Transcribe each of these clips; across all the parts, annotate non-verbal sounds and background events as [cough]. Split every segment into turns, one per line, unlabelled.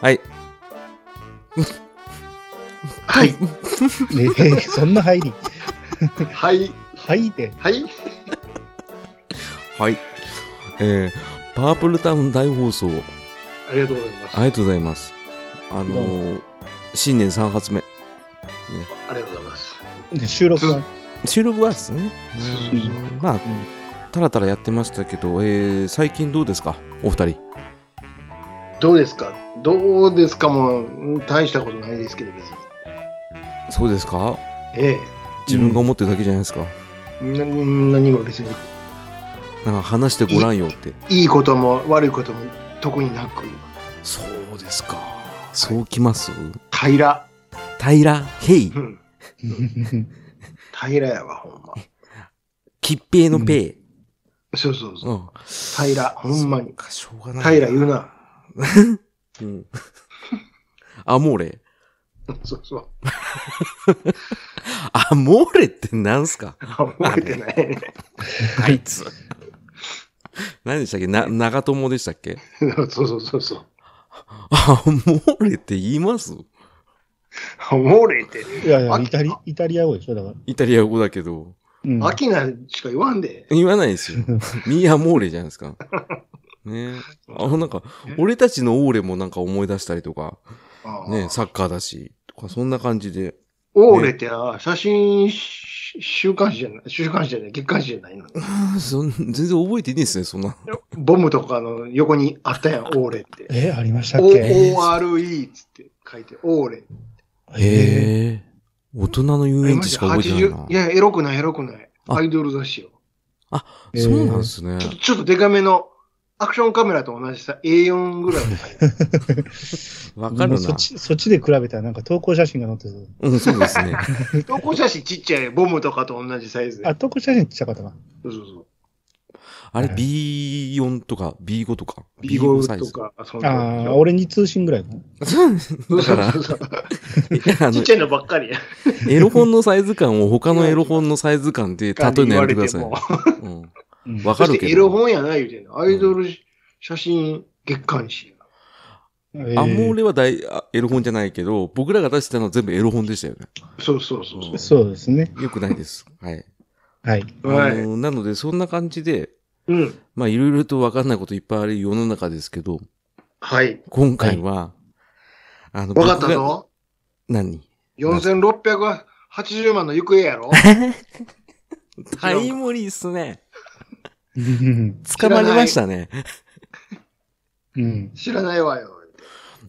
はい。
はい。
ねえ、そんな入り。
はい。
はいで。
はい。
はい。えー、パープルタウン大放送、
ありがとうございます。
ありがとうございます。あの
どう
ー、新年3発目。
ありがとうございます。
収録は。
収録はですね。うんまあ、たらたらやってましたけど、えー、最近どうですかお二人。
どうですかどうですかもうん大したことないですけど、別に。
そうですか
え
自分が思ってるだけじゃないですか。
え。な何も別に。
なんか話してごらんよって。
いいことも悪いことも特になく、
そうですか。そうきます
平ら。
平ら、へい、
うん。平らやわ、ほんま。
吉平のペイ。
そうそうそう。
うん。
平ら、ほんまに。
か、しょうがない。
平ら言うな。
うん。 [laughs] アモーレ。
そうそう。
アモーレってなんすか
覚えてない。
あいつ。何でしたっけな、長友でしたっけ
[laughs] そうそうそうそう。
アモーレって言います
もうれって、
いやいや、
あ
イタリイタリア語でしょ、だから。
イタリア語だけど。
うん
アキナしか言わんで。
言わないです [laughs] よ。ミーアモーレじゃないですか。ねえ。あの、なんか、俺たちのオーレもなんか思い出したりとか、
ああ
ね、サッカーだし、とか、そんな感じで。 [laughs]
オーレってあ写真し週刊誌じゃない、週刊誌じゃない、月刊誌じゃないの。
あーそん全然覚えていないですね、そんな。
ボムとかの横にあったやん、オーレ
[laughs]
って。
え、ありましたっけ
ORE っつって書いて、オーレ。
へ
え。
え。大人の遊園地しか覚えてない
80いや、エロくない、エロくない。
あ
アイドル雑誌よ。
な。そうなんですね
ちょ。っとちょっとデカめの、アクションカメラと同じさ、A4
[laughs]
ぐらいのサイズ。
わか
もう
る
そ
な
っ。ち、そっちで比べたらなんか投稿写真が載ってる。
うん、そうですね。
投稿写真ちっちゃい、ボムとかと同じサイズで。
あ、投稿写真ちっちゃかったな。
そうそうそう。
あれ
はい
B4 とか B5 とか。
ビゴ
サイ
ーと
ズ。
か、そんな
ああ、俺に通信ぐらいの。
そう
[laughs] だか
そう
ら
そうそう。
あ
[laughs] ちっ
の
ち、ゃいのばっかりや。
エロ本のサイズ感を他のエロ本のサイズ感で例えるのやめてください。
言われても
うん
うん
わ
そ
か
し
る
て
け
エロ
ど。
本やない言うてんの。アイドル写真月刊誌や。
え
アモー
ー
レは大あエロ本じゃないけど、僕らが出してたのは全部エロ本でしたよね。
そうそうそうそう。
そうですね。
よくないです。はい。
はい。
[laughs]
[laughs]
は
あ
い。
のなので、そんな感じで、
うん。
まあ、いろいろとわかんないこといっぱいある世の中ですけど、
はい。
今回は、あの、
わかった
僕が
ぞ。
何
4680万の行方
[laughs]
やろ
タイムリーっすね。
うん
捕まりましたね。
うん。
知らないわよ。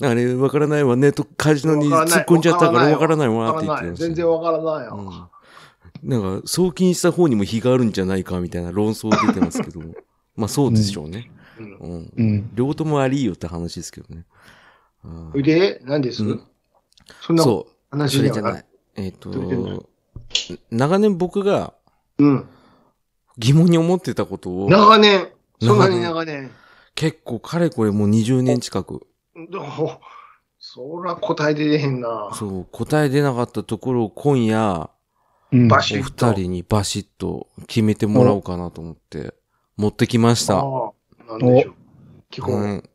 あれ、わからないわね、と、カジノに
わからない
突っ込んじゃったからわ
わ
か
から
ないわ
わ
っ
か
て
ら
言って
な
ま
い。
したね
全然わからないよ。
うんなんか、送金した方にも非があるんじゃないか、みたいな論争出てますけ
[laughs]
どまあ、そうでしょうね。
うん
うん。
うん。
両方ともありよって話ですけどね。うん
で、何です
うん
そんな
そ
話
う、それ
には
じゃ
な
な
る
い。えっ、
それじゃない
と、長年僕が
うん。
疑問に思ってたことを、
長年。そんなに長年。
結構かれこれもう20年近く、
どうそら答え出れへんな。
そう、答え出なかったところを今夜、
うん
バシ
お二人にバシッと決めてもらおうかなと思って、持ってきました。
ああなんでしょう。聞こ
う
う。
ん、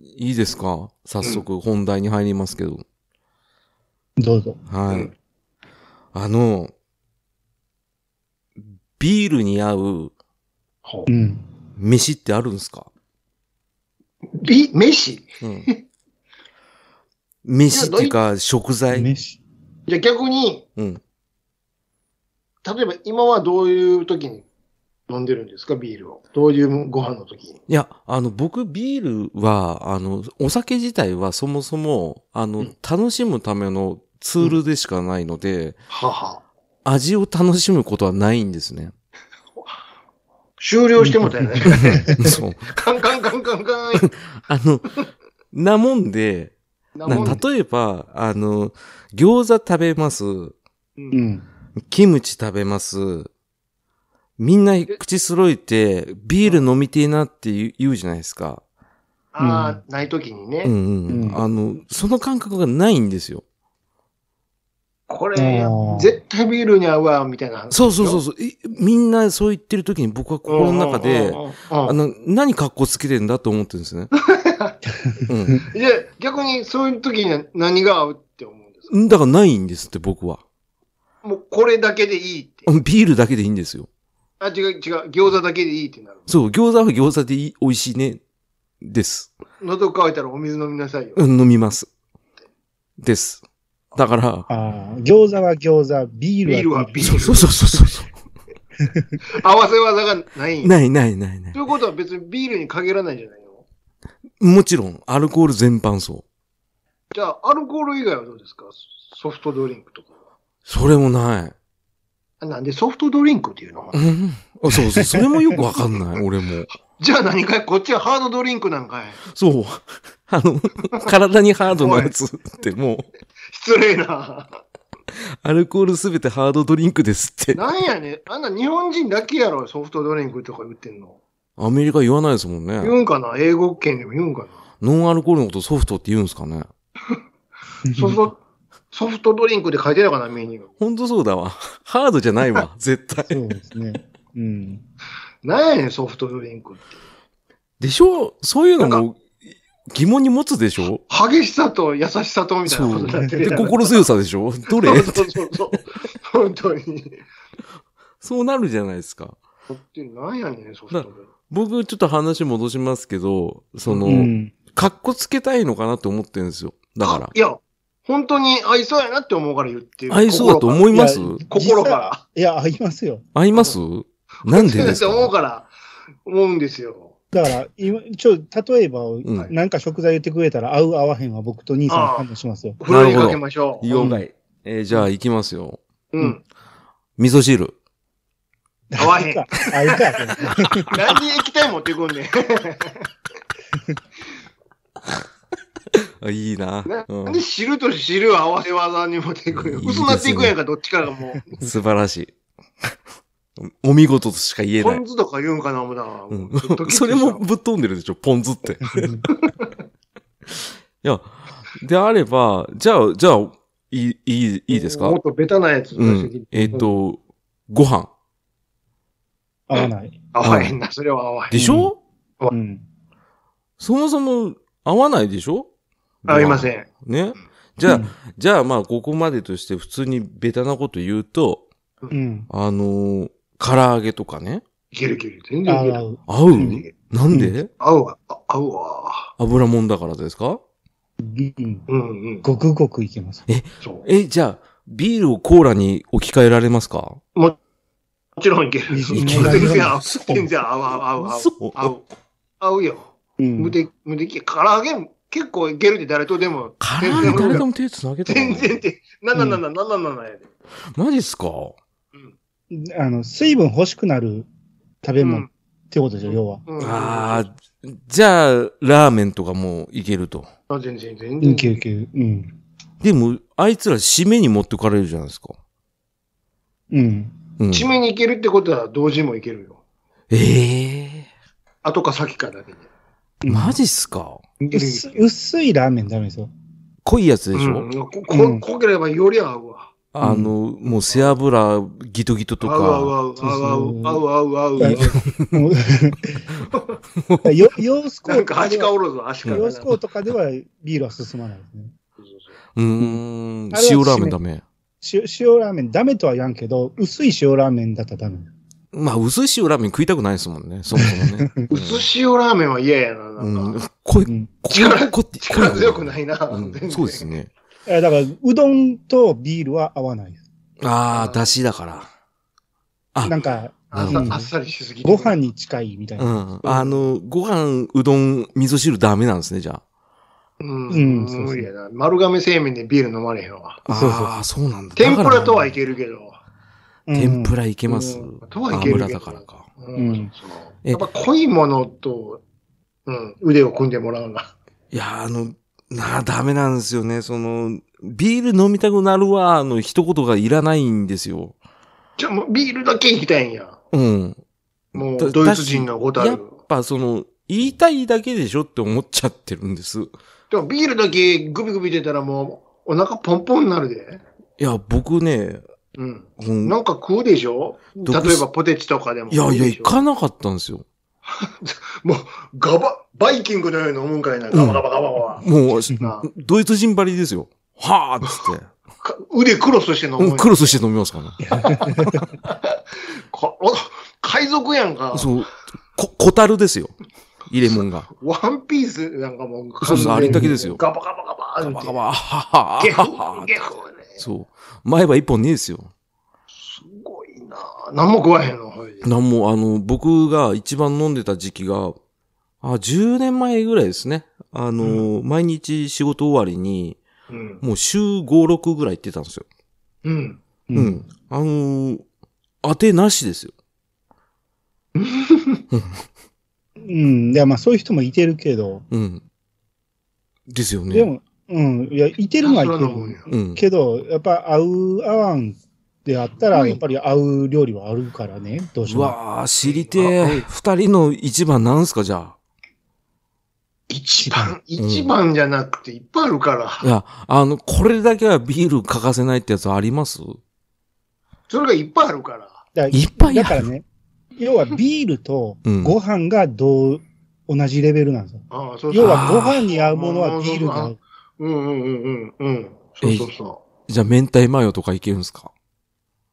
いいですか早速本題に入りますけど。
どうぞ。
はい、
うん
あの、ビールに合う
ほ
うん。
飯ってあるんですか
うび、飯
うん。
[laughs]
飯っていうか食材。
飯。
じゃあ逆に、
うん。
例えば今はどういう時に飲んでるんですか、ビールを。どういうご飯の時に。
いや、あの、僕、ビールは、あの、お酒自体はそもそも、あ
う
の
ん、
楽しむためのツールでしかないので、
はは。
味を楽しむことはないんですね。 [laughs]
終了してもたよね。
そう。
[laughs] カンカンカンカンカン。
あの、なもんで、
な
な
もんで
例えば、あの、餃子食べます、
うん
うん。
キムチ食べます、みんな口揃えて、ビール飲みてえなって言う言うじゃないですか。
ああ、ない時に
う
ね。
んうん。
うん
あの、その感覚がないんですよ。
こ
あ
れ
ー、
絶対ビールに合うわ、みたいな話。
そうそうそうそう。えみんなそう言ってる時に僕は心の中で
うん、うんうんうん、
[laughs] あの、何格好つけてんだと思ってるんですね。う
で、逆にそういう時には何が合うって思うんですか
ん。だからないんですって、僕は。
もうこれだけでいいって。
ビールだけでいいんですよ。
あ、違う違う。餃子だけでいいってなる。
そう、餃子は餃子でいい美味しいね。です。
喉乾いたらお水飲みなさいよ。
うん飲みます。です。だから、
ああ、餃子は餃子、ビールは
ビールはビ
そう
ー
そうそうそうそ
ル。合わせ技がないん
う。
や。
ないないないない
とい。うことは別にビールに限らないんじゃないの
もちろん、アルコール全般そう。
じゃあ、アルコール以外はどうですかソフトドリンクとか。
それもない。
あなんでソフトドリンクっていうの
うん。あそうそう、それもよくわかんない、俺も。
じゃあ何かいこっちはハードドリンクなんかい。
そう。あの、体にハードなやつってもう、
失礼な。
アルコールすべてハードドリンクですって。
なんやねんあんな日本人だけやろ、ソフトドリンクとか言ってんの。
アメリカ言わないですもん
言
ね。
うんかな英語圏でも言うんかな
ノンアルコールのことソフトって言うんですかね。
ソフ [laughs] ト、ソフトドリンクで書いてたかな、メニュー。
ほんとそうだわ。ハードじゃないわ、絶対。
そうですね。うん。
なんやねん、ソフトドリンクって。
でしょそういうの
な
も疑問に持つでしょ
激しさと優しさとみたいな
そ
こ
う。
とに [laughs] なってる
で、
やん。
心強さでしょどれ
そうそうそう。本当に。
そうなるじゃないですか。
こってなんやねん、ソフトドリンク。
僕、ちょっと話戻しますけど、その、
うん。
かっこつけたいのかなって思ってるんですよ。だから。
いや、本当に合いそうやなって思うから言ってる。
合いそうだと思います
心が
心から。
いや、ありますよ。
合いますなんで
心から。
で
っ
す
て [laughs]
か
思うから、思うんですよ。
だから、今、ちょ、例えば、
ん
なんか食材言ってくれたら、合う合わへんは僕と兄さんの判断しますよ。
風呂にかけましょう。
了解。えーじゃあ行きますよ。
うん。
味噌汁。
合わへん
あ、いか。それ
何に液体持ってくんね [laughs] ん。
あいいな。
な
う
なん
ん
で、汁と汁を合わせ技に持っていくよ。
いいです
薄
ね
なっていくんやんか、どっちからがもう。
素晴らしい。お見事としか言え
ポ
ない
ン。酢とか言うんかな、もうだから
う
もうちょっと
ん、それもぶっ飛んでるでしょ、ポン酢って。いや、であれば、じゃあ、じゃあ、いい、いい、いいですか
もっとベタなやつ出
う
してき
ん
て。
えっ、と、ご飯。
合わない。
合わへんな、それは合わへん。
でしょ、
うん。
そもそも合わないでしょ
合いませ
ん。
ん。
ね。じゃあ、
うん
じゃあまあ、ここまでとして普通にベタなこと言うと、
うん。
あのー唐揚げとかね。
いけるいける。全然いけ
合
る。
う。
合う、
うん
なんで、
合うわ。あ合うわ。
油もんだからですか
うん。
うんうん。
ごくごくいけます。
そう。
え、じゃあ、ビールをコーラに置き換えられますか
もちろんいける。
い
全
ける
然合う。
そう
全然合う、合う、合う、合う
そう。
合う。合うよ。
うん
無敵、無敵。唐揚げも結構いけるで誰とでも。
唐揚げ誰でも手つなげたら
全然って、ななななななななやで。
マジっすか
うん
あの、水分欲しくなる食べ物ってことでしょ、要は。
うんうん
ああ、じゃあ、ラーメンとかもいけると。
あ全然、全
うん、
然。
救急。うん。
でも、あいつら締めに持ってかれるじゃないですか。
うん。
うん。
締めに行けるってことは同時も行けるよ。
ええ
後か先かだけで。
うん
マジっすか
いけるい
薄
ける
薄いラーメンダメですよ。
濃いやつでしょ、
うんこ、
う
こ
ん、
こければより合うわ。
あの、もう背脂ギトギトと
合う
か。
合う合う合う合う合う合う合う。 [laughs]
もうよ洋子
なんか足かおろぞ、足か。
洋子とかではビールは進まないですね。
うーん。
あれは締
塩
め
ラーメンダメ。
塩塩ラーメンダメとは言わんけど、薄い塩ラーメンだったらダメ。
まあ、薄い塩ラーメン食いたくないですもんね。そもそも
[laughs]
ね。
薄塩ラーメンは嫌やな、
う
なん
ん
か。。
濃い、
うん。
力
濃い、
力強くないな
う。ん
全然
そうです。ね。
いやだから、うどんとビールは合わないです。
ああ、だしだから。あ
なんか、
あっ
なるほ
さ
ど
あっさりしすぎて。
ご飯に近いみたいうな。
ん。あの、ご飯、うどん、味噌汁ダメなんですね、じゃ
うん。
うんそうそう
無理やな。丸亀製麺でビール飲まれへんわ。
あ。
そうそう
ああ、そうなんだ。
天ぷらとはい
け
けるけど。
うん
天ぷらいけます
うん。とはいけるけど
油だからか。
う
うんん。
そう
え
やっぱ濃いものと、うん、腕を組んでもらうな。
いやー、あの、なあ、ダメなんですよね。その、ビール飲みたくなるわ、の一言がいらないんですよ。
じゃあもうビールだけ行きたいんや。
うん。
も
だ
うドイツ人のホタ
やっ
ル。
ぱその、言いたいだけでしょって思っちゃってるんです。い
でもビールだけグビグビ出たらもうお腹ポンポンになるで。
や、僕ね、
うん。
うん、
なんか食うでしょ
独
例えばポテチとかでも。
いやいや、行
ん。
かなかったんですよ。
もう、ガバ、バイキングのように飲むんかいな、ガバガバガバガバ。
もう、
な
ドイツ人ばりですよ。はぁっつ
[laughs]
って。
か腕クロスして飲むん
う
や
んクロスして飲みますからね。
かお海賊やんか。
そう、こ、小樽ですよ。入れ物
[laughs]
が。
ワンピースなんかもう完
そうそう
全に
ありったけですよ
ガバガバガバ
ガ
ーン
バ
って
ガバ、はは
ゲ
は
フ、
は
ゲフね。す
そう。前歯一本ねえですよ。
ごいな何も食わへんの、ほいで
なんも、あの、僕が一番飲んでた時期が、あ、10年前ぐらいですね。あの、毎日仕事終わりに、
うん。
もう週5、6ぐらい行ってたんですよ。
うん。
う。ん。あのー当てなしですよ。
うん。いや、まあそういう人もいてるけど、
うん。ですよね。
でも、うん。いや、いてるのはい
そら飲むん
て
や
る。
うん。
けど、やっぱ合う、合わんであった
う
ら、
ん
やっぱり合う料理はあるからね、どうし
う
ようも。
わー、知りてえ。二人の一番なんすか、じゃあ。
一番、一番じゃなくていっぱいあるから。
いや、あの、これだけはビール欠かせないってやつあります
それがいっぱいあるから。
だ
いっぱいある
だからね、要はビールと
うん
ご飯がどう、同じレベルなんですよ。
ああ、そうそう。
要はご飯に合うものはビールが合う。
うんうんうんうんうん。そうそうそ
じゃあ、明太マヨとかいけるんすか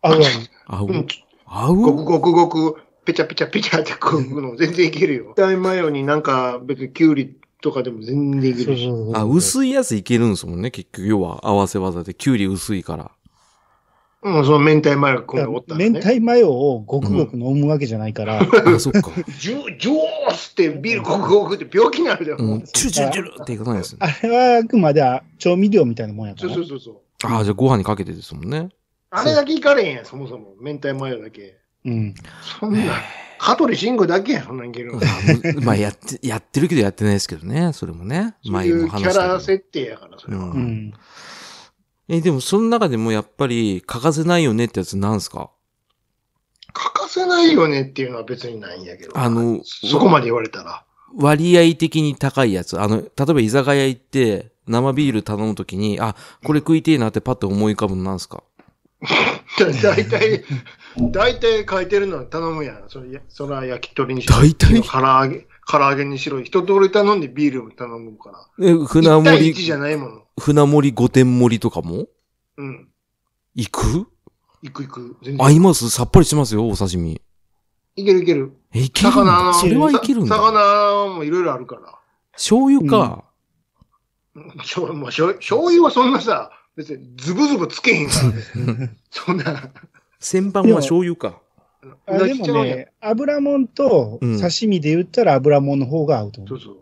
合う合う。
合う、
う。うん、
合
ごく
う
ごくごく、ペチャペチャペチャって食うの全然いけるよ。大マヨになんか別にキュウリとかでも全然いけ
そう
る
そ
し。
うそう
あ、薄いやついけるんすもんね。結局、要は合わせ技で。キュウリ薄い
[laughs]
から。
うん、その明太マヨ今度おったらね。
明太マヨをごくごく飲むわけじゃないから、
あ、そっか。
ジュジュースってビールごくごくって病気になるじゃん。
うん。チュルチュルチュルっていかない
[laughs]
ですね。
あれはあくまでは調味料みたいなもんやか
そう
ら
そ。うそうそう。
ああ、じゃあご飯にかけてですもんね。
あれだけいかれへんやん、そもそも。明太マヨだけ。
うん。
そんな、香取慎吾だけやん、そんなんいけるの。
うんまあ、やって、やってるけどやってないですけどね。それもね。
そういうキャラ
したけ
設定やから、それ
どう。
は。
うんん。
え、でも、その中でもやっぱり欠かせないよねってやつなんすか
欠かせないよねっていうのは別にないんやけど。
あの、
そこまで言われたら。
割合的に高いやつ。あの、例えば居酒屋行って、生ビール頼むときに、あ、これ食いてえなってパッと思い浮かぶのなんすか
[laughs] だいたい、だいたい書いてるのは頼むやん。それやそれは焼き鳥にし
大体
唐揚げ、唐揚げにしろ。一通り頼んでビールも頼むから。
え船
1対
盛
1じゃ
り、
ないもの。
船盛り五点盛りとかも
うん。
行く
行く行く。全然
合。いますさっぱりしますよ、お刺身。
いけるいける。
え、いけるん
魚の、
だ。それはいけるん
さ
だ。
魚もいろいろあるから。
醤油か。
しょもうしょ醤油はそんなさ、別にズブズブつけへんから、
[laughs]
そんな。
先般は醤油か。
あでもね、油もんと刺身で言ったら油もんの方が合うと思。
そううそう。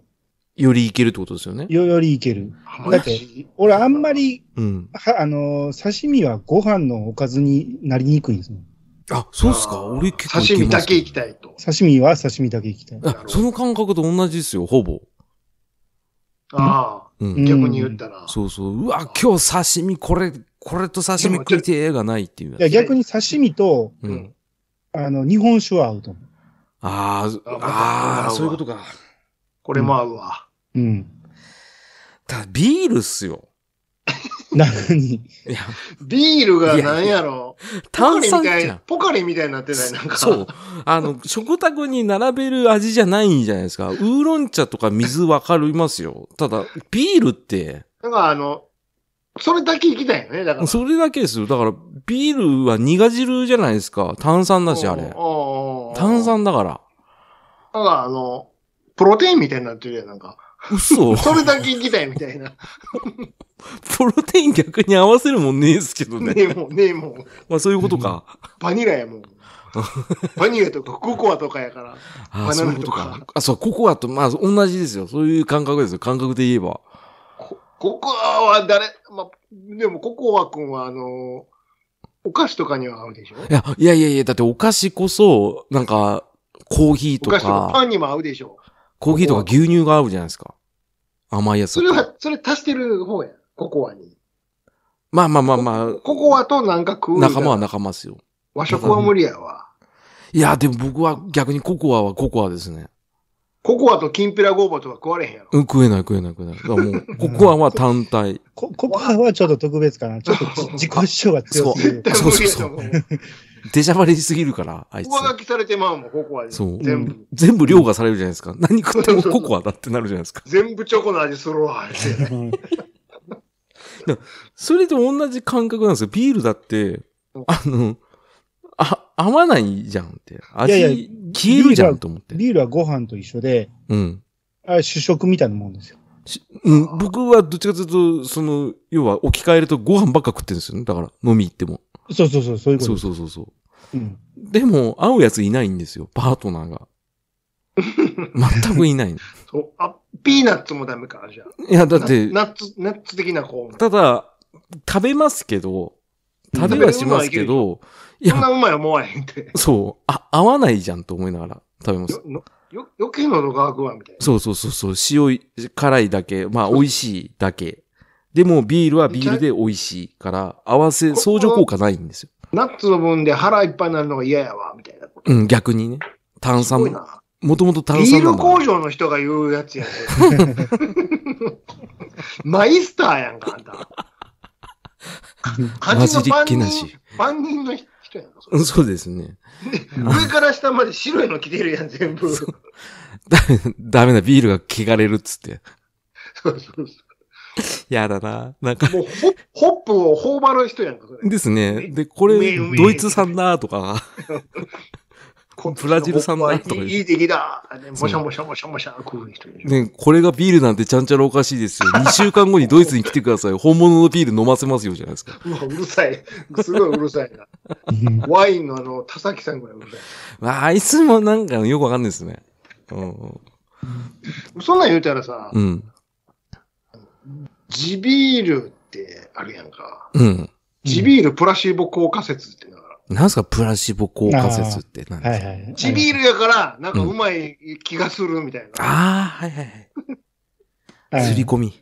よりいけるってことですよね。
よよりいける。
浜
だって
口
俺あんまり、
うん。
はあのー、刺身はご飯のおかずになりにくいんですもん。
あ、そうっすか
あー
俺結構いけます
刺身だけ行きたいと。
刺身は刺身だけいきたい。
あ、その感覚と同じですよ、ほぼ。
ああ、
うん
うん
逆に言ったら。
そうそう。うわ、今日刺身、これ、これと刺身食いてえがないっていう
いや
やつ。
逆に刺身と、
う
うんん。
あの、日本酒は合うと思
あー
あまた
あー、
そうだわ
そういうことか。
これも合うわ。
う。うん。
ただビールっすよ。
なのに、
いや、
ビールが何やろ。
炭酸
ポカリみた
じゃ
い
ん。
ポカリみたいになってない、なんか。
そう。あ
[laughs]
の、食卓に並べる味じゃないんじゃないですか。ウーロン茶とか水わかりますよ。ただ、ビールって、
なんかあの、それだけ行きたいよね、だから。
それだけですよ。だから、ビールは苦汁じゃないですか。炭酸だし、あれ。
おーおーおー
炭酸だから。
なんかあの、プロテインみたいになってるやん、な
[laughs]
んか。
嘘。
それだけ行きたいみたいな。
プロテイン逆に合わせるもんねえですけど [laughs]
ね
ね。
えもう、ねえもう。
まあ、そういうことか。
バニラやも
[laughs]
ん。バニラとかココアとかやから。
あ
バ
あ、
ナ
そうい
ナ
うこと
とか
か。あ、そう、ココアと、まあ、同じですよ。そういう感覚ですよ。感覚で言えば。
こココアは誰、まあ、でもココア君はあの、お菓子とかには合うでしょ
いや、いやいやいや、だってお菓子こそ、なんか、コーヒー
お
と
菓子とかパ
か、
ンにも合うでしょ
コーヒーとか牛乳が合うじゃないですか。甘いやつ。
それは、それ足してる方や。ココアに。
まあまあまあま
ココアとなんか食
あ、
う。
仲間は仲間ですよ。
和食は無理やわ。
いや、でも僕は逆にココアはココアですね。
ココアときんぴらごぼうとか食われへんやろ。
うん、食えない食えない食えない。だからも
[laughs]
う、ココアは単体。 [laughs]
こ、ここはちょっと特別かな。ちょっとじ自己主張が強すぎ
絶
る。
対無理やと思う。
出しゃばりすぎるから、あいつ。
上書きされてまうもん、ココアに。
そう
全部。
全部凌駕されるじゃないですか。何食ってもココアだってなるじゃないですか。
全部チョコの味するわ、って。
それと同じ感覚なんですよ。ビールだって
うん、
あの、あ、合わないじゃんって。味、
いやいや
消えるじゃんと思って。
ビールはご飯と一緒で、
うん。
あれ主食みたいなもんですよ。
しうん、僕はどっちかというと、その、要は置き換えるとご飯ばっか食ってるんですよね。だから、飲み行っても。
そうそうそう、そういうこ
そ
と
う
です。
そうそうそう。
うん
[laughs] でも、会うやついないんですよ。パートナー
[laughs]
が。全くいない。い
そう。あ、ピーナッツもダメか、じゃあ。
や、だって、
ナナッツ、ナッツ的なこう。
ただ、食べますけど、食べはしますけど、い
そんな
や、
うまい思わへんって。
そう、あ、合わないじゃんと思いながら食べます。
よ、のよ、余計のどがくわ、みたいな。
そうそうそうそう、塩い、辛いだけ、まあ美味しいだけ。でもビールはビールで美味しいから、合わせ、相乗効果ないんですよ。
ナッツの分で腹いっぱいになるのが嫌やわ、みたいなこと。
うん、逆にね。炭
す
酸
ごい、な。
もともと炭
ビ
酸
ー
なん
ル
だから
工場の人が言うや
[laughs]
つやん。マイスターやんか、あんた。
[laughs] 混
恥
じ
の
り
番
っ気な
人
し、
番人の人やんか、それ
うんそうですね。
上から下まで白いの着てるやん、全部。そう
ダメ、ダメだ、ビールが汚れるっつって。
そうそう。
やだな。なんか、
もうホ、ホップを頬張る人やんか、それ。
ですね。で、こ
うめ
れ
えうめ、え
ドイツ産だとか、ブラジル産だとか
い
言
いういい敵だ。でも
そう
しゃもしゃもしゃもしゃ食う人でしょ。
ね、これがビールなんてちゃんちゃらおかしいですよ。2週間後にドイツに来てください。本物のビール飲ませますよ、じゃないですか。
うわ、うるさい。すごいうるさいな。
うん
ワインのあの、田崎さんぐらいうるさい。
まあ、あいつもなんかよくわかんないですね。うんうん。
そんなん言うたらさ、
うん。
地ビールってあるやんか。
うん。
地ビールプラシーボ効果説っていうのがある。
なんすか、プラシボ効果説って何
は
です
い
か
はい。
地ビールやから、なんかうまい気がするみたいな。
ああ、はいはいは。
はい
すり込み。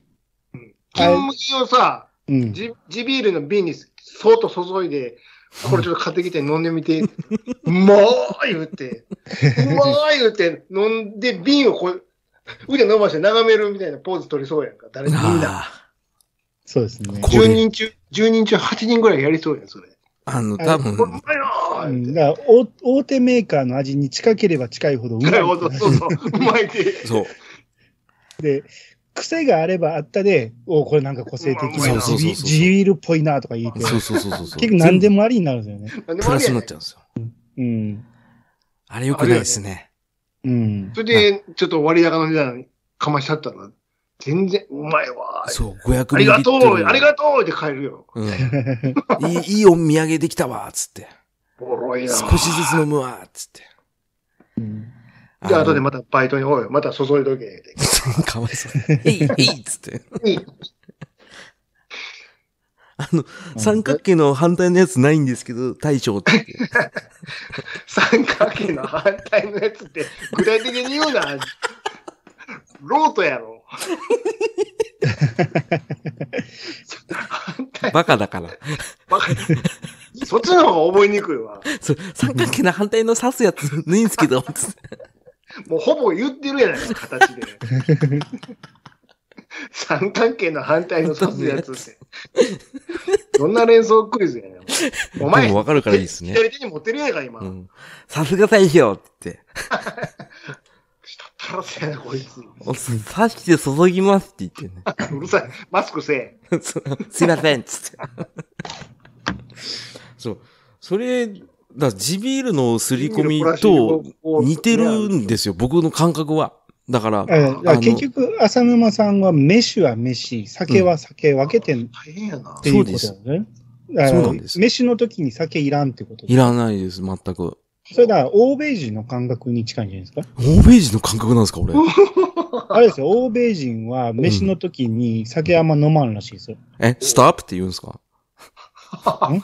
金麦をさ、
うん。
地地ビールの瓶にそーっと注いで、これちょっと買ってきて飲んでみて、うまーい言って、うまーい言って飲んで瓶をこう、腕伸ばして眺めるみたいなポーズ取りそうやんか。誰みんな。
あ
そうですね。
こ
10人中、10人中8人ぐらいやりそうやん、それ。
あ、あの、
あ
多
これうま
分、
いなー言
うん
って。
だから大大手メーカーの味に近ければ近いほどうまい
なるほど、そうそう、うまいって。
そう。
で、癖があればあったで、おこれなんか個性的
う
な、
ん
地
そうそうそうそう
ビ地ビールっぽいなとか言って、
そうそうそうそうそう。
結局何でもありになるんですよね。
なんで
プラ
もあり
ス
や
に
ね
なっ
ん
ちゃうんですよ。
うん。
あれよくないですね。
うん。
それで、ちょっと割高の値段かましちゃったら、全然うまいわー。
そう、500ミリ
あり
リ
が
ッ
と
トル。
うありがとうって帰るよ。
うん。い [laughs] い、いいお土産できたわ、つって。
おもろいなー。
少しずつ飲むわ、つって。
うん
で、後で
も。
またバイトに、おい、また注いどけって。
[laughs] かわいそう。えい、えい、つって。あの、三角形の反対のやつないんですけど、大将って。
三角形の反対のやつって、具体的に言うな。ロート
[laughs]
やろ。反対、
バカだから。
ばかりそっちの方が覚えにくいわ。
そう三角形の反対の刺すやつないんですけど、つって。
もうほぼ言ってるやないか、形で。三角形の反対の指すやつって。どんな連想クイズやねん。お前
でも、わかるからいいですね。
左手に持ってるやないか、今。
うん。さすが大将って
下っ腹せやな、こいつ。
言って、刺して注ぎますって言ってね。
うるさい。マスクせえ。
そう [laughs] すいません、つって。 [laughs] そう。それ、だ地ビールのすり込みと似てるんですよ、僕の感覚は。だから、
えだか
あ
ら
の
結局、浅沼さんは飯は飯、酒は酒、分けてっ
大変やな
て。いうことだよね。だ
そう
か
な
ら
んです
飯の時に酒いらんってこと
いらないです、全く。
それだから欧米人の感覚に近いんじゃないで
[laughs]
すか
欧米人の感覚なんですか、俺。
あれですよ、欧米人は飯の時に酒あんま飲まんらしいですよ。
え、ストップって言うんです [laughs] か
ん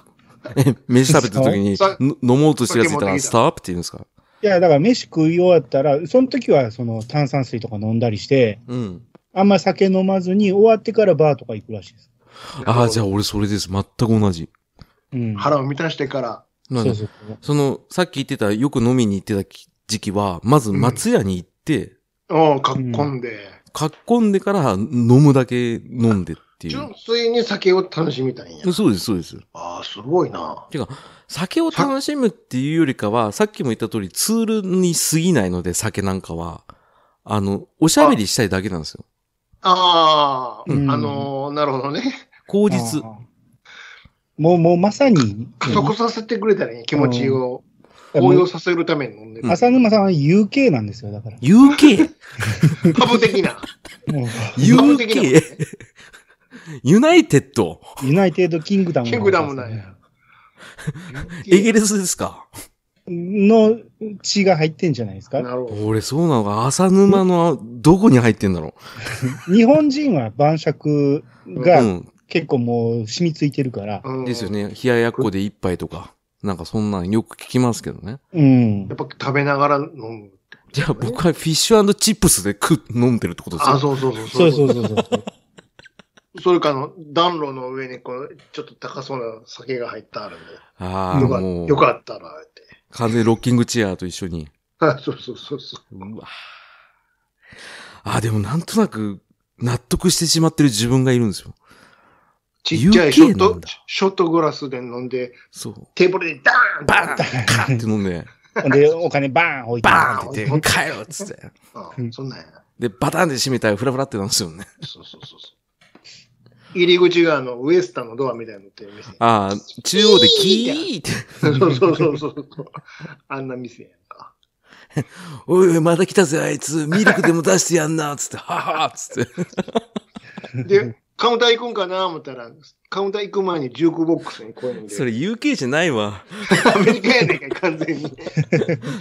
え、飯食べた時 [laughs] に
さ
の飲もうとしてるやついた
さっきもで
ら、
きた
ストップって言うんですか
いや、だから飯食い終わったら、その時はその炭酸水とか飲んだりして、
うん。
あんま酒飲まずに終わってからバーとか行くらしいです。
ああ、じゃあ俺それです。全く同じ。
うん。
腹を満たしてから。
なん
そ
で
うそうそう。
その、さっき言ってた、よく飲みに行ってたき時期は、まず松屋に行って、
うん、かっこんで。
かっこんでから飲むだけ飲んでってってい
純粋に酒を楽しみたいんや
う。。そうです、そうです。
ああ、すごいな。
酒を楽しむっていうよりかは、さっきも言った通りツールに過ぎないので、酒なんかは。あの、おしゃべりしたいだけなんですよ。
ああ、
うん
あのーなるほどね。
口
あ
実。
ーもう、もうま
[laughs]
さに、
加速させてくれたらいいね気持ちを応用させるために飲んでる。
浅沼さんは UK なんですよ、だから。
UK! [laughs]
パブ的な。
もう
UK! ユナイテッド
ユナイテッドキングダム
キングダムなんや。
エゲレスですか
の血が入ってんじゃないです
な
か。
るほど。
俺そうなのか浅沼のどこに入ってんだろ
日本人は晩酌
う、う
が
ん。
結構もう染みついてるから、
うん
ですよ。ね。冷ややっこで一杯とか。なんかそんなんよく聞きますけどね。
うん
やっ。ぱ食べながら飲む。
じゃあ僕はフィッシュチップスで食う、飲んでるってことです
あ、
よ。
そうそうそう。
そうそうそうそう。
それかあの、暖炉の上にこう、ちょっと高そうな酒が入ったあるんで、
ああ、
よか
もう
よ、かったら、って。
完全にロッキングチェアと一緒に。
はいそうそうそうそう
わあ、でもなんとなく納得してしまってる自分がいるんですよ。
う。ちっちゃいショッ
UK な
ト
んだ、
ショットグラスで飲んで、
そう。
テーブルでダーン
バーンカーって飲んで、
ほんで、お金バーン置いて。
バ
ー
ー
ン
ンってでっかいよっつって。
あ
うん
そんなんや。
で、バタンで閉めたらフラフラってなんですよね。
そうそうそうそう。入り口があの、ウエスタンのドアみたいなのって店。
ああ、中央でキーって、
そうそうそうそう。あんな店やんか。
おいおい、また来たぜ、あいつ。ミルクでも出してやんな、つって、ははっつって。
で、カウンター行くんかな思ったら、カウンター行く前にジュークボックスにこういうので。
それ UK じゃないわ。
アメリカやねんか、完全に。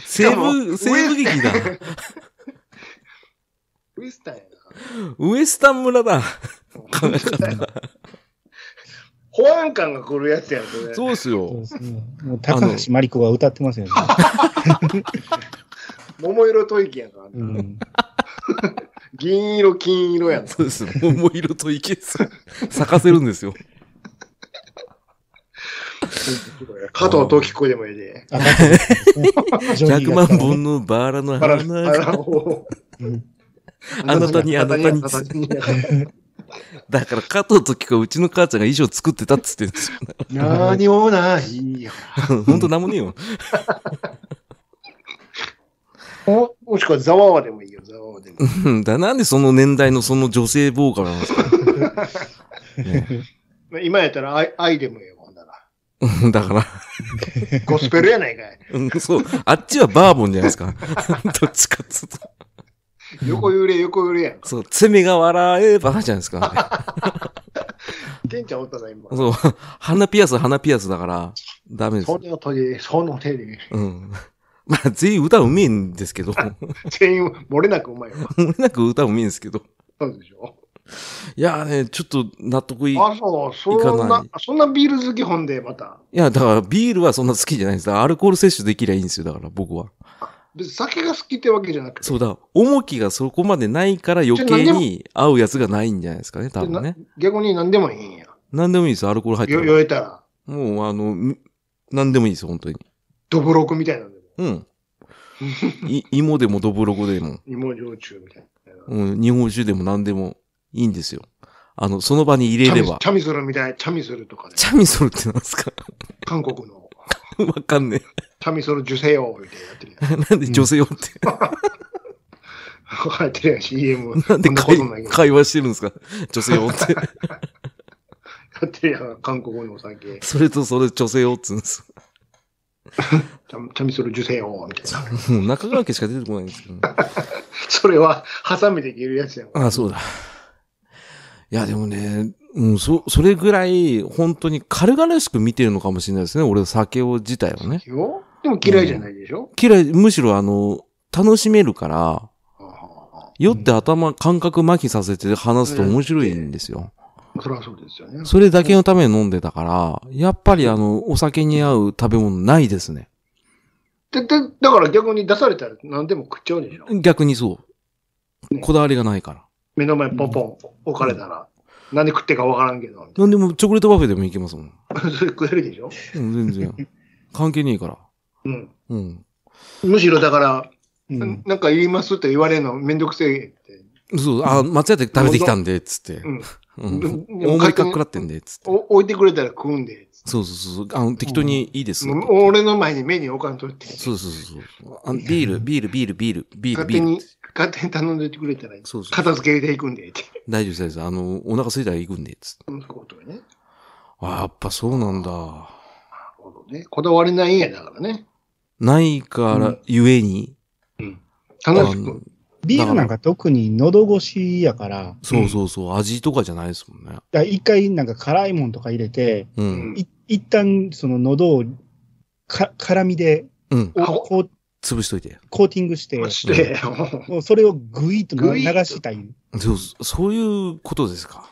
西
も
部、西部劇だ。
ウエスタンやな。
ウエスタン村だ。
保安官が来るやつやん、それ。
そうっす
そう
よ
で。すね。もう高橋真理子が歌ってますよね。
桃色吐息やんか。
うん。
銀色、金色やんか。
そうです。桃色と池です。咲かせるんですよ。
加藤時子でもいいで。
あ、そうですねジョニ
100
ー
万
が来たらね
本のバラの
あら、あ
花が
ら、お
うん
あなたにあなたに
あなたに
だから加藤時子はうちの母ちゃんが衣装作ってたっつってんですよ。
何もないよ。
ほんとなんもねえよ。
おもしくはざわわでもいいよ、ざわわでも。
うんだなんでその年代のその女性ボーカルなんですか、ね
まあ今やったら愛愛でもいいよ、ほんなら。
うんだから、
ゴスペルやな
[laughs]
いかい。
うんそう、あっちはバーボンじゃないですか。 [laughs] どっちかっつうと。
横揺れ、横揺れやん。
そう、爪が笑えばじゃないですか。
ケンちゃんおったな、今。
そう、鼻ピアス、鼻ピアスだから、ダメです
そ。の手で、その手で。
うん。まあ、全員歌うめえんですけど、 [laughs]
全員、漏れなくうまいわ。
漏れなく歌うめえんですけど。
そうでしょ。
いやーね、ちょっと納得いい。
あ、そう、そん
行か
な
ない、
そんなビール好き本で、また。
いや、だからビールはそんな好きじゃないんです。だからアルコール摂取できりゃいいんですよ、だから僕は。
別に酒が好きってわけじゃなくて。
そうだ、重きがそこまでないから余計に合うやつがないんじゃないですかね、多分ね。
逆に何でもいいんや。
何でもいいです、アルコール入って
よ、
るか
酔えたら、
ら。もう、あの、ん何でもいいです、本当に。
どぶろくみたいなのでも。
うん。い [laughs] 芋でもどぶろこでも、
芋焼酎みたいな。
うん、日本酒でも何でもいいんですよ。あの、その場に入
チャ
れれ
ミ
ば。
チャミスルみたい、チャミスルとかね。
チャミソルってなんですか [laughs]
韓国の、
わかんね
チャミスル受精王みたいなやってるやん。 [laughs]
え。なんで女性用 [laughs] って。
入ってるやん、CM。
なんで
こ
会
ことないけど
会話してるんですか女性用って。
やってるやん、韓国のお酒。チ
それとそれ女性用っつうんです。
ャチャミスル受精王みたいな。
もう中川家しか出てこないんですけど、ね。
それは、ハサミで切るやつやん。
ああ、そうだ。いや、でもね、うん、そ、それぐらい、本当に軽々しく見てるのかもしれないですね。俺、酒を自体をね。
よでも嫌いじゃないでしょ、
嫌い、むしろあの、楽しめるから、
はあはあは
酔って頭、感覚麻痺させて話すと面白いんですよ。
あそれはそうですよね。
それだけのために飲んでたから、やっぱりあの、お酒に合う食べ物ないですね。
で、で、だから逆に出されたら何でも食っちゃうでしょ
逆にそう。こだわりがないから。
目の前ポンポン置かれたら、何食ってか分からんけど、みたい
なんでもチョコレートバフェでもいけますもん。
なそれ食えるでしょ
うん、全然。関係ねえから。
うん。
うん。
むしろだから、
うん
なんか言いますって言われるのめんどくせえって。
そう、あ、間違って食べてきたんで、つって
う。ん。
うん。大盛りかっくらってんで、つって。
お置いてくれたら食うんで。
そうそうそう。あの、適当にいいです。
もう俺の前にメニュー置かんといて。
そうそうそうそうあ。ビール、ビール、ビール、ビール、ビール、
勝
ビ
手
ー
に
ル。、
勝手に頼んでてくれたらいい。
そうそう
片付けていくんで、って。
大丈夫です、大丈夫です。あの、お腹空いたら行くんで、つって。
そういうことね。
あやっぱそうなんだ。
なるほどね。こだわりないんやだからね。
ないから、ゆえに。
楽
あ
し
の
く。
ビールなんか特に喉越しやから、
そうそうそう。味とかじゃないですもんね。
だから一回なんか辛いもんとか入れて、
う
うん
ん。
い一旦その喉をか辛みで
うん。
あ
コー
潰しといて。
コーティングして、
押して、
もうそれをぐいっと
ぐ
流
いっと
したい。
そう、そういうことですか。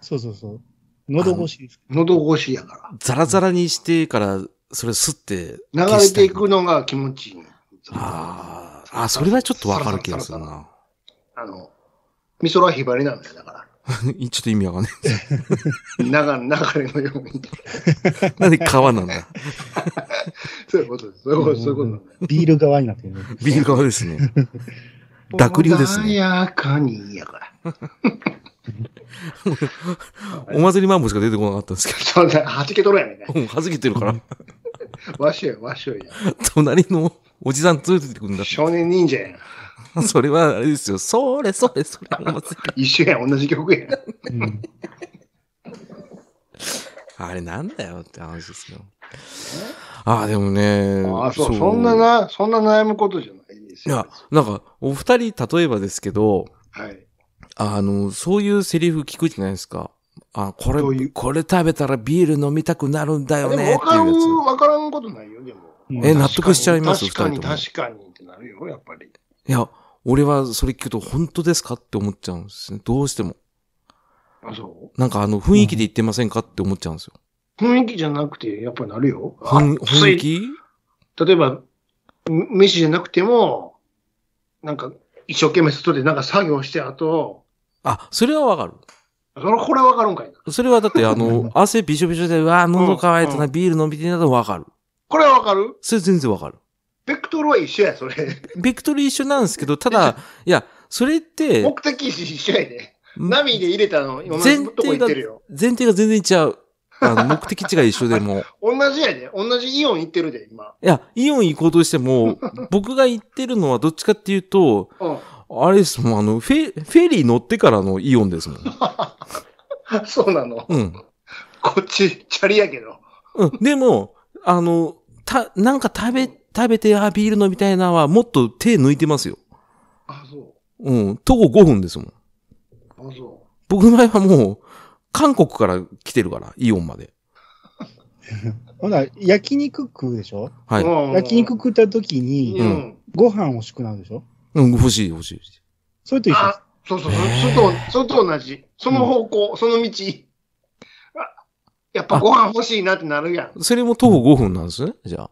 そうそうそう。喉越しです。
[laughs] 喉越しやか
ザラザラにしてから、それ吸って。
ら。流
消
れ
した
て
い
いくのが気持ちいい。
あーあ、それはちょっとわかる気がするな。
あの、味噌ラひばりなんだよ、だか
[laughs] ちょっと意味わかんない。
ら。流れ、流れのように。
なんで川なん [laughs] だ。
そういうことです。そういうこと、そういうことなんだよ。
ビール側に
[laughs]
なってるね。
ビール川ですね。 [laughs] 濁流です
穏
ね。
やかに、やから。
お祭りマンボしか出てこなかったん [laughs] ですけ
そんな、はじけとるやねんか。
ど。もう弾けてるから。
わっしょい、わっしょいや。
[laughs] 隣のおじさん連れてってくん [laughs] だ。
少年忍者やん。
それはあれですよ。それそれそれ。お祭り
一緒やん、同じ曲やん。
うん
[laughs] あれなんだよって話ですよ。ああ、でもね。
ああ、そう、そんな。な、そんな悩むことじゃないです
い
よ
や。、なんか、お二人、例えばですけど、
はい。
あの、そういうセリフ聞くじゃないですか。あ、これ
どうい、う
これ食べたらビール飲みたくなるんだ
で
よ
も、
ね
わ
って
か
いう
る
やつ。、
わからんことないよ、でも。
え
うん
納得しちゃいます
確かに、
二人とも
確かに、確かにってなるよ、やっぱり。
いや、俺はそれ聞くと本当ですかって思っちゃうんですね。どうしても。
あ、そ
なんかあの、雰囲気で言ってませんかって思っちゃうんですよ。
う雰囲気じゃなくて、やっぱりなるよ。
ふん
あつ
雰囲
い
気
例えば、ん飯じゃなくても、なんか、一生懸命外でなんか作業して、あと、
あ、それはわかる。
それこれわかるんかいな。
それはだってあ
[laughs]
の、汗びしょびしょで、うわあ、喉乾いたな、
う
ビール飲みてえなとわかる。
これはわかる
それ全然わかる。
ベクトルは一緒や、それ。
ビクトリー一緒なんですけど、ただ、いや、それって、
目的地一緒やで。ナビで入れたの、同
前
じとこ
提
行
が
ってるよ。、
前提が全然違う。あの、目的地が一緒でも。
同じやで。同じイオン行ってるで、今。
いや、イオン行こうとして
[laughs]
も、僕が行ってるのはどっちかっていうと、
うん。
あれですもん、あの、フェ、フェリー乗ってからのイオンですもん。
そうなの。
うん。
こっち、チャリやけど。
うん。でも、あの、た、なんか食べ、食べて、あ、ビール飲みたいなは、もっと手抜いてますよ。
あ、そ
うん。徒歩5分ですもん。
う。あ、そ
僕の場合はもう、韓国から来てるから、イオンまで。
ほな、焼肉食うでしょ
は
う。
い。
うん
焼肉食った時に
う、。
うん
ご飯欲しくなるでしょ
うん、欲しい、欲しい。
それと一緒です
あ、そうそう、そ
へ
そ
ー
と、それと同じ。その方向、その道。あやっぱご飯欲しいなってなるやん。
それも徒歩5分なんですね、じゃあ。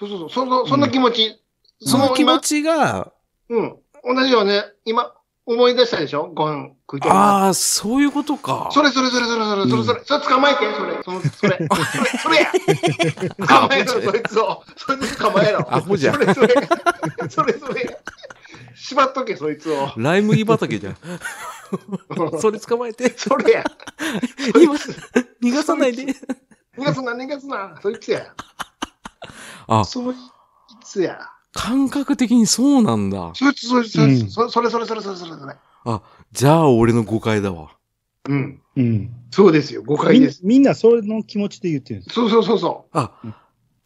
そうそうそう、その、その気持ち。そ
その
の
気持
今、
ちが、
うん。同じよね。今、思い出したでしょご飯食いたいな。
ああ、そういうことか。
それそれそれそれそれそれそれ、それ捕まえて、それ、その、
[laughs]
それ、それ、それや。捕まえろ、そいつを。そいつ捕まえろ。
アホじゃん
それそれ、それそれ。縛っとけ、そいつ
[laughs]
を。
ライ麦畑じゃん。
[laughs]
それ捕まえて、
それや。そい
今、
つ
逃がさないで。
逃がすな、逃がすな。そいつや。
あ、
そいつや。
[laughs] 感覚的にそうなんだ。
そいつ、そいつ、そいつ
うん
そそれそれそれそれそれそれ。
じゃあ、俺の誤解だわ。
うん。
うん
そうですよ、誤解
み
で
ん
す。
みんなその気持ちで言ってるんです。
そうそうそうそ
あ
うん、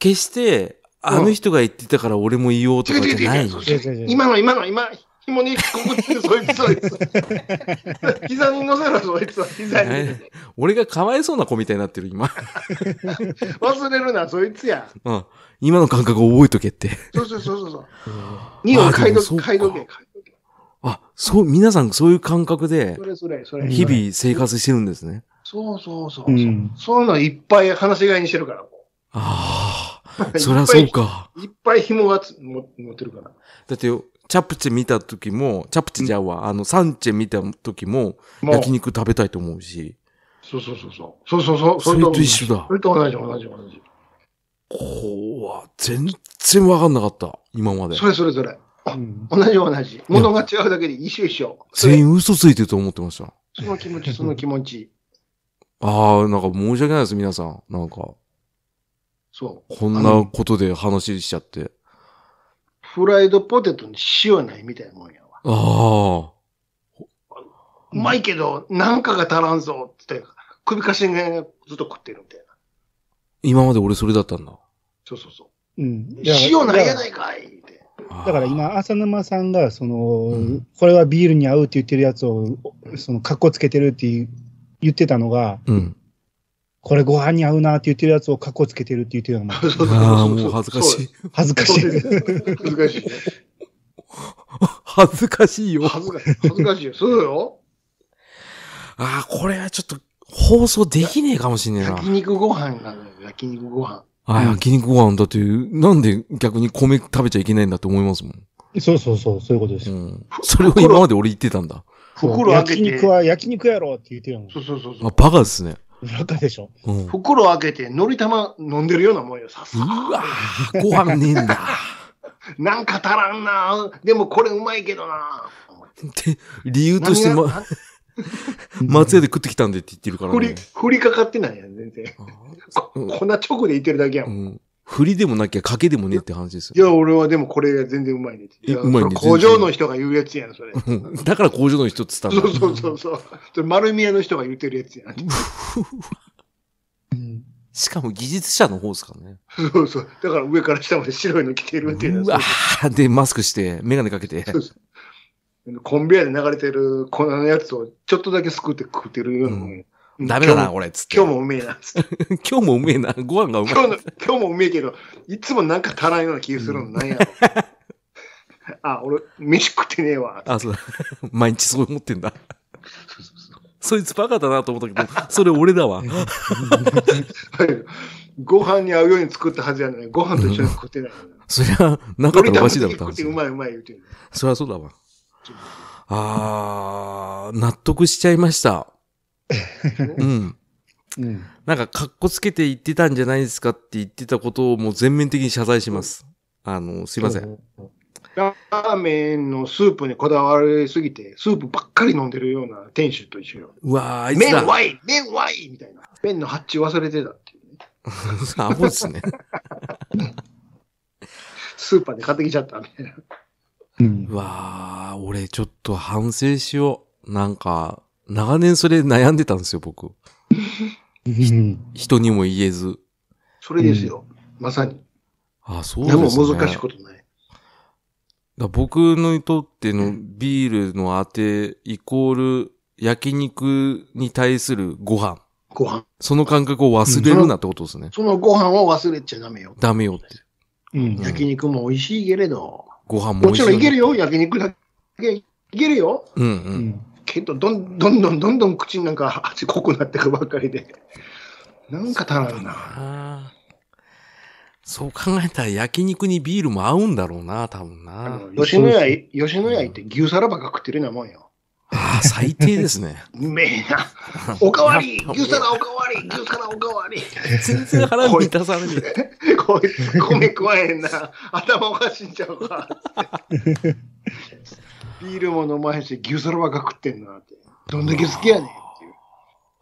決して、あの人が言ってたから俺も言おう
う。
とかじゃない。
そう
違う
そう
違う違う
今の、今の、今、紐に引っこく
[laughs]
って、そいつ、そいつ。膝に乗せろ、そいつは、膝に。
え俺がかわいそうな子みたいになってる、今。
忘れるな、そいつや。
うん。 [laughs] 今の感覚覚えとけって。
そうそうそうそうそう。日本買い
あでもそう
時、
か
買い時や、買い時や。
[laughs] あ、そう、皆さんそういう感覚で
そ、れそれ、それ。
日々生活してるんですね。
そうそうそう。
うん
そういうのいっぱい話し飼いにしてるから。も
ああ、
う
そりゃそう。か。
いっぱいいっぱい紐がつ持持ってるから。
だって、チャプチェ見た時も、チャプチェじゃうわ、あの、サンチェ見た時も、
もう
焼、肉食べたいと思うし、
そうそうそうそう。そうそうそう。
それと一緒だ
そ。れと同じ、同じ、同じ。
こうは、全然わかんなかった。今まで。
それそれそれ。
うん
同じ、同じ。ものが違うだけで一緒一緒。それ
全員嘘ついてると思ってました。
その気持ち、その気持ち。
ああ、なんか申し訳ないです、皆さん。なんか、
そう。
こんなことで話しちゃって。
フライドポテトに塩ないみたいなもんやわ。
ああ。
うまいけど、なんかが足らんぞって言って、首かしげながらずっと食ってるみたいな。
今まで俺それだったんだ。
そうそうそう。
うん。だから
塩ないやないかいって。
あー
だから。今、浅沼さんが、その、
ん
これはビールに合うって言ってるやつを、その、格好つけてるっていう言ってたのが、
うん。
これご飯に合うなって言ってるやつを格好つけてるって言っ
[laughs]
てるのも
そうそうそうそう
ああ、もう恥ずかしい。
恥ずかしい。
そう恥ずかしいね。
[laughs] 恥ずかしいよ。
恥ずかしい。恥ずかしいよ。そうよ。
ああ、これはちょっと放送できねえかもしんねえな。
焼肉ご飯なのよ。焼肉ご飯。
あ、焼肉ご飯だって、なんで逆に米食べちゃいけないんだって思いますもん。
そうそうそう、そういうことです
う
よ。
ん。それを今まで俺言ってたんだ。
袋開けて
焼肉は焼肉やろって言ってるのも
そうそうそうそ
あ、
う。
バカですね。
バカでしょ。
うん。う
袋開けて、のり玉飲んでるようなもんよ。さっさ
わーご飯ねえん [laughs] だ。
なんか足らんな。でもこれうまいけどな。
って、理由として、
何
ま、
が
松屋で食ってきたんでって言ってるから
振り、
ね。
振りかかってないやん、全然。
あ
こ
うん
こんな直で言ってるだけや
ー
もん。
うん。振りでもなきゃ賭けでもねえって話です
い
よ。
や、俺はでもこれが全然うまいねって。
え
いや
うまいね
それ工場の人が言うやつやん、それ。
うん [laughs] だから工場の人っつったんだ。
そうそうそうそう。それ丸見えの人が言ってるやつやん。
うん
[laughs] しかも技術者の方ですからね。
そうそう。だから上から下まで白いの着てるっていう
う
の
わ
は
ーで、マスクして、メガネかけ [laughs] て。
そうそうそうコンベヤで流れてる粉のやつをちょっとだけすくって食ってるようなもんよ、
ダメだな、
今
俺、つって。
日も。今日もうめえなっつって。
今日もうめえな。ご飯がうまい。
今日の、今日もうめえけど、いつもなんか足らんような気がする
[laughs]
の、なんやろ。あ、俺、飯食ってねえわ。
あ、そうだ。毎日そう思ってんだ。そいつバカだなと思ったけど、それ俺だ [laughs] わ。
ご飯に合うように作ったはずやのに、ご飯と一緒に食ってないのに。
そりゃ、なかったらおかしいだろうって
食って
話
うまいうまい言うてる。
そりゃそうだわ。あー、納得しちゃいま [laughs] した。うん。
うん
なんか、かっこつけて言ってたんじゃないですかって言ってたことをもう全面的に謝罪します。あの、すいません。。
ラーメンのスープにこだわりすぎて、スープばっかり飲んでるような店主と一緒よ。
うわー、あいつ
麺
ら。 [laughs]
ワイ麺ワイみたいな。麺の発注忘れてたっていうね。
アホですね。
スーパーで買ってきちゃったみたいな。
うん
[laughs] うわー、俺ちょっと反省しよう。なんか、長年それ悩んでたんですよ、僕。
うん
人にも言えず。
それですよ。まさに。
あ、そうで
です
ね。
も難しいことない。
だ僕のにとってのビールのあてイコール焼肉に対するご飯。
ご飯。
その感覚を忘れるなってことですね。
そのご飯を忘れちゃダメよ。
ダメよって。
うん
焼肉も美味しいけれど。
ご飯も美
も
味し
ち
い
ろ
の
ん
に。
いけるよ。焼肉だけ。いけるよ。
うんう。
うんん
けど、どんどんどんどんどん口なんか味濃くなってくばっかりで。なんか足らんな。
あーそう考えたら焼肉にビールも合うんだろうな、多分
あ
な。
の吉野家、吉野家行って牛皿ばっか食ってるようなもんよ。
ああ、最低です
[laughs]
ね。
うめえ
[laughs]
な。おかわり牛皿おかわり牛皿おかわり
全然腹満たされねえ。
こいつ米食わへんな。頭おかしいんちゃう
[laughs]
か。ビールも飲まへんし、牛皿ばっか食ってんなって。どんだけ好きやねんっていう。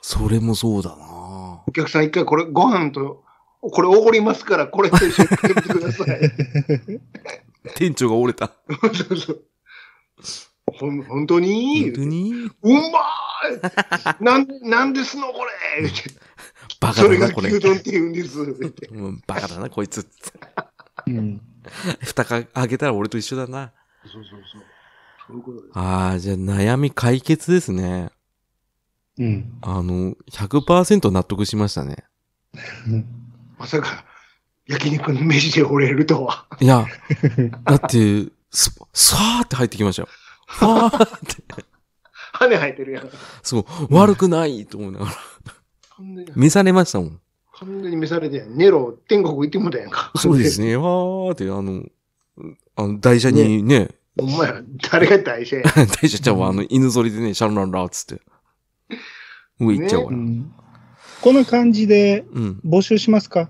それもそうだな。
お客さん一回これご飯と、これおごりますから、これと一緒に食べてください。
[laughs] 店長が折れた。
そうそうほん本当に
本当に
うまーいなんなんですのこれ言うて
バカ
それ
だ
が
な、これ
牛。丼って言うんです。言うて
うんバカだな、こいつ。
うん
蓋か開けたら俺と一緒だな。
そうそうそう。そういうことです。
ああ、じゃあ悩み解決ですね。
うん
あの、100%納得しましたね。
まさか、焼肉の飯で折れるとは。
いや、だって、す、さーって入ってきましたよ。あーって、
羽生えてるやん。
そう、悪くないと思いながら。
完全に、
召されましたもん。
完全に召されてやん。ネロ、天国行ってもうたやんか。
[laughs] そうです [laughs] ね。わーって、あの、あの、台車にね、 [laughs]
ほんまや、誰が大社や。
大社ちゃんはあの犬ぞりでね、シャルランラーっつって。上行っちゃうか
う
ら。
んこの感じで
うん。
募集しますか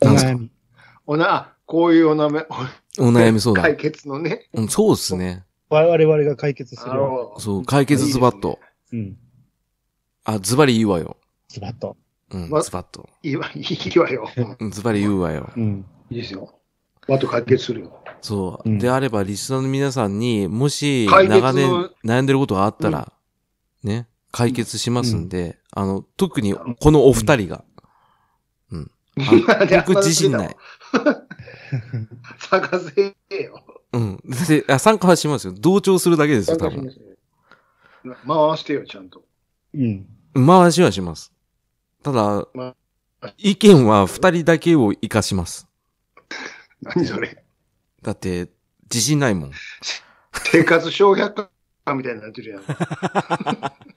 お
なんすか
悩み。
おな、あこういうおなめ、
お悩み相談
解。決のね。
うんそうですね。
我々が解決す
あ
るわ。
の
そう、解決ズバッと。
うん
あ、ズバリ言うわよ。
ズバッと。
うん
ま、
ズバッと。
いいわ、 [laughs] いいわよ。
うんズバリ言うわよ。
うん。
いいですよ。和と解決するよ。
そう。
うん
であれば、リスナーの皆さんに、もし、
解決
長年悩んでることがあったら、ね、解決しますんで、あの、特に、このお二人が、 [laughs]
[laughs]
僕自信ない。。
探せよ。
うん。で、あ参加はしますよ。同調するだけですよ、多
探し
分
ま。すよ回してよ、ちゃんと。
うん。
回しはします。ただ
ま、
意見は二人だけを活かします。
何それ。
だって、自信ないもん。
生活小百科みたいになってる
[laughs]
やん。
い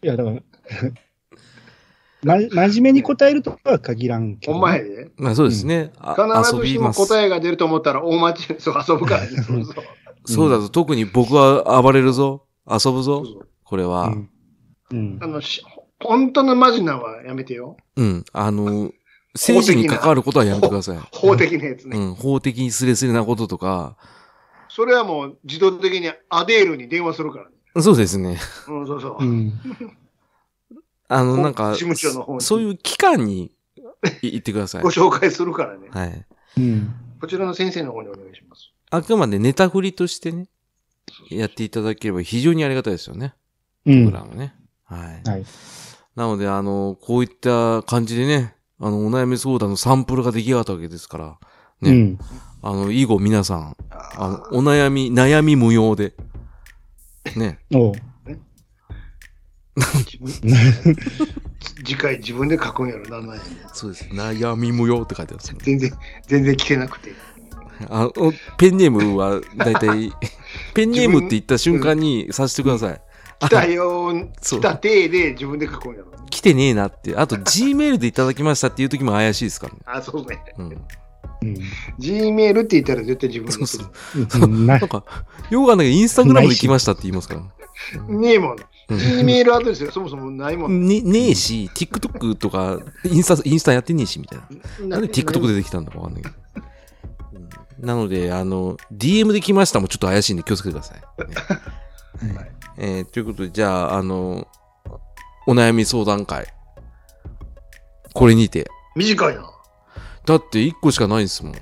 や、だから、ま、真面目に答えるとは限らんけど。
ほんまやで。
あそうですね。あ
必
遊
ず
び
し
ま
も
す。
答えが出ると思ったら大間違い。そう、遊ぶから
[laughs]
ね。そうそう。
そうだぞ。特に僕は暴れるぞ。遊ぶ
そう
ぞ。
そう
これ
う
は。
ん。うん
あ。の、し本当のマジなのはやめてよ。
うん。あの、政治に関わることはやめてください。
法的なやつ
う
ね。
ん。法的にスレスレなこととか。
それはもう自動的にアデールに電話するからね。
そうですね。
うん、そうそう
う。ん。
あの、なんか、
事務所の方に
そういう機関にい行ってください
ご。紹介するからね。
はい。
うん。
こちらの先生の方にお願いします。
あくまでネタ振りとしてね、やっていただければ非常にありがたいですよね。
うん。
僕
は
らもね。はい。
い。
なので、あの、こういった感じでね、あの、お悩み相談のサンプルが出来上がったわけですから、ね
うん。
あの、以後皆さん、あ
あ
の、お悩み、悩み無用で、ね、
おう。
ー自分次回自分で書くんやろなんなんや
そうです。悩み無用って書いてます、ね。
全然、全然聞けなくて。
[laughs] あの、ペンネームは、だい [laughs] たい、ペンネームって言った瞬間にさせてください。
来たよー、
そう
来た体で自分で書くんやろ。
来てねえなって。あと、G メールでいただきましたっていう時も怪しいですからね。
あ、そうね。
うん。
うん。
Gmail って言ったら絶対自分
そう
で
そ
す
う
る。。 [laughs]
うんな
[laughs] なんか、ようがないインスタグラムで来ましたって言いますから。
ねえもん。
うん
Gmail アドレスがそもそもないもん。
ねねえし、TikTok とか、インスタ、インスタやってねえし、みたいな。なんで TikTok 出てきたんだかわかんないけど。うんなので、あの、DM で来ましたもちょっと怪しいんで気をつけてください。ね
はい
えーということで、じゃあ、あの、お悩み相談会。これにて。
短いな。
だって1個しかないですも [laughs] ん。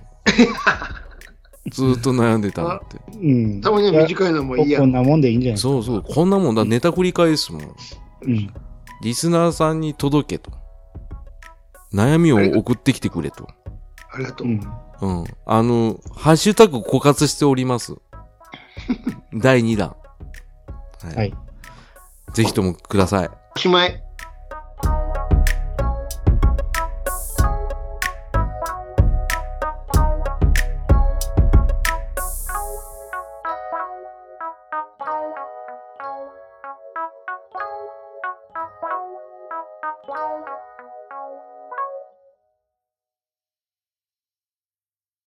ずーっと悩んでたのって。
うん。
たまには短いのもいい
い
や
やこ。んなもんでいいんじゃないですか。
そうそう、こんなもんだ、ネタ繰り返すもん。
うん。
リスナーさんに届けと。悩みを送ってきてくれと。
ありがと
う
う。
ん。
うん。あの、ハッシュタグ枯渇しております。第2弾。はい。
はい
ぜひともください。
おしまい。
Wow.